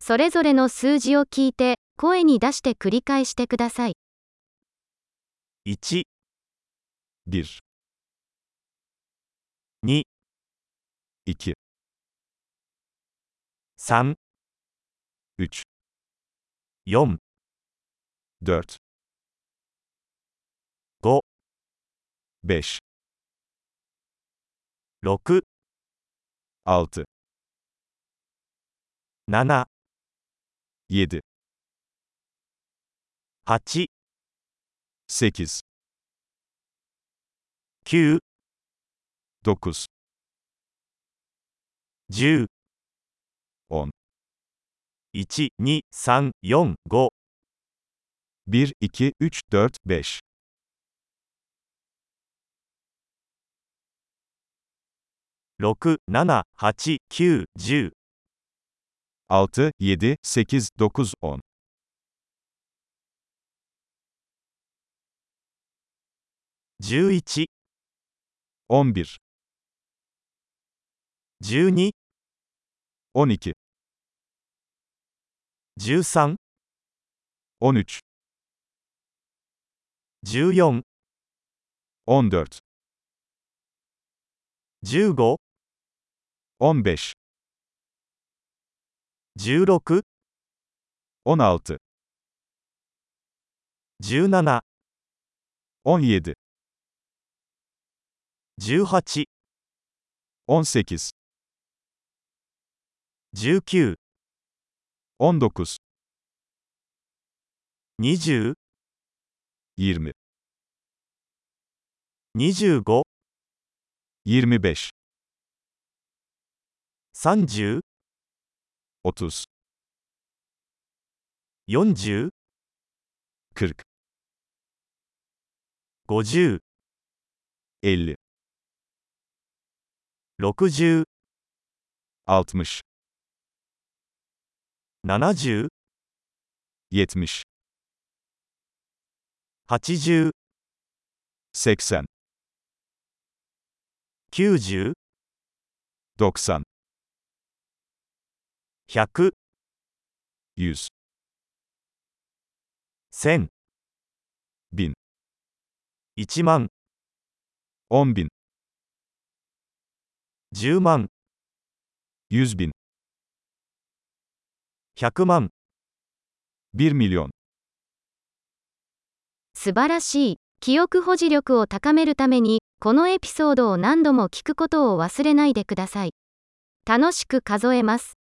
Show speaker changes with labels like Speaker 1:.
Speaker 1: それぞれの数字を聞いて、声に出して繰り返してください。
Speaker 2: 1
Speaker 3: 1
Speaker 2: 2
Speaker 3: 2 3
Speaker 2: 3 4
Speaker 3: 4
Speaker 2: 5
Speaker 3: 5
Speaker 2: 6
Speaker 3: 6
Speaker 2: 7
Speaker 3: 7 8
Speaker 2: 8
Speaker 3: 9
Speaker 2: 9 10
Speaker 3: 10
Speaker 2: 1 2 3 4 5
Speaker 3: 1 2 3 4 5
Speaker 2: 6 7 8 9 10
Speaker 3: 6 7 8 9 10
Speaker 2: 11
Speaker 3: 11
Speaker 2: 12
Speaker 3: 12
Speaker 2: 13
Speaker 3: 13
Speaker 2: 14
Speaker 3: 14
Speaker 2: 15
Speaker 3: 15
Speaker 2: 16
Speaker 3: 16 17
Speaker 2: 17 18
Speaker 3: 18
Speaker 2: 19
Speaker 3: 19
Speaker 2: 20
Speaker 3: 20
Speaker 2: 25
Speaker 3: 25
Speaker 2: 30
Speaker 3: 30
Speaker 2: 40
Speaker 3: 40
Speaker 2: 50
Speaker 3: 50
Speaker 2: 60
Speaker 3: 60
Speaker 2: 70
Speaker 3: 70
Speaker 2: 80
Speaker 3: 80
Speaker 2: 90
Speaker 3: 90
Speaker 2: 100
Speaker 3: 100 1000
Speaker 2: 1000 1万
Speaker 3: 10 bin
Speaker 2: 10万
Speaker 3: 100 bin
Speaker 2: 100万
Speaker 3: 1 milyon
Speaker 1: 素晴らしい。記憶保持力を高めるために、このエピソードを何度も聞くことを忘れないでください。楽しく数えます。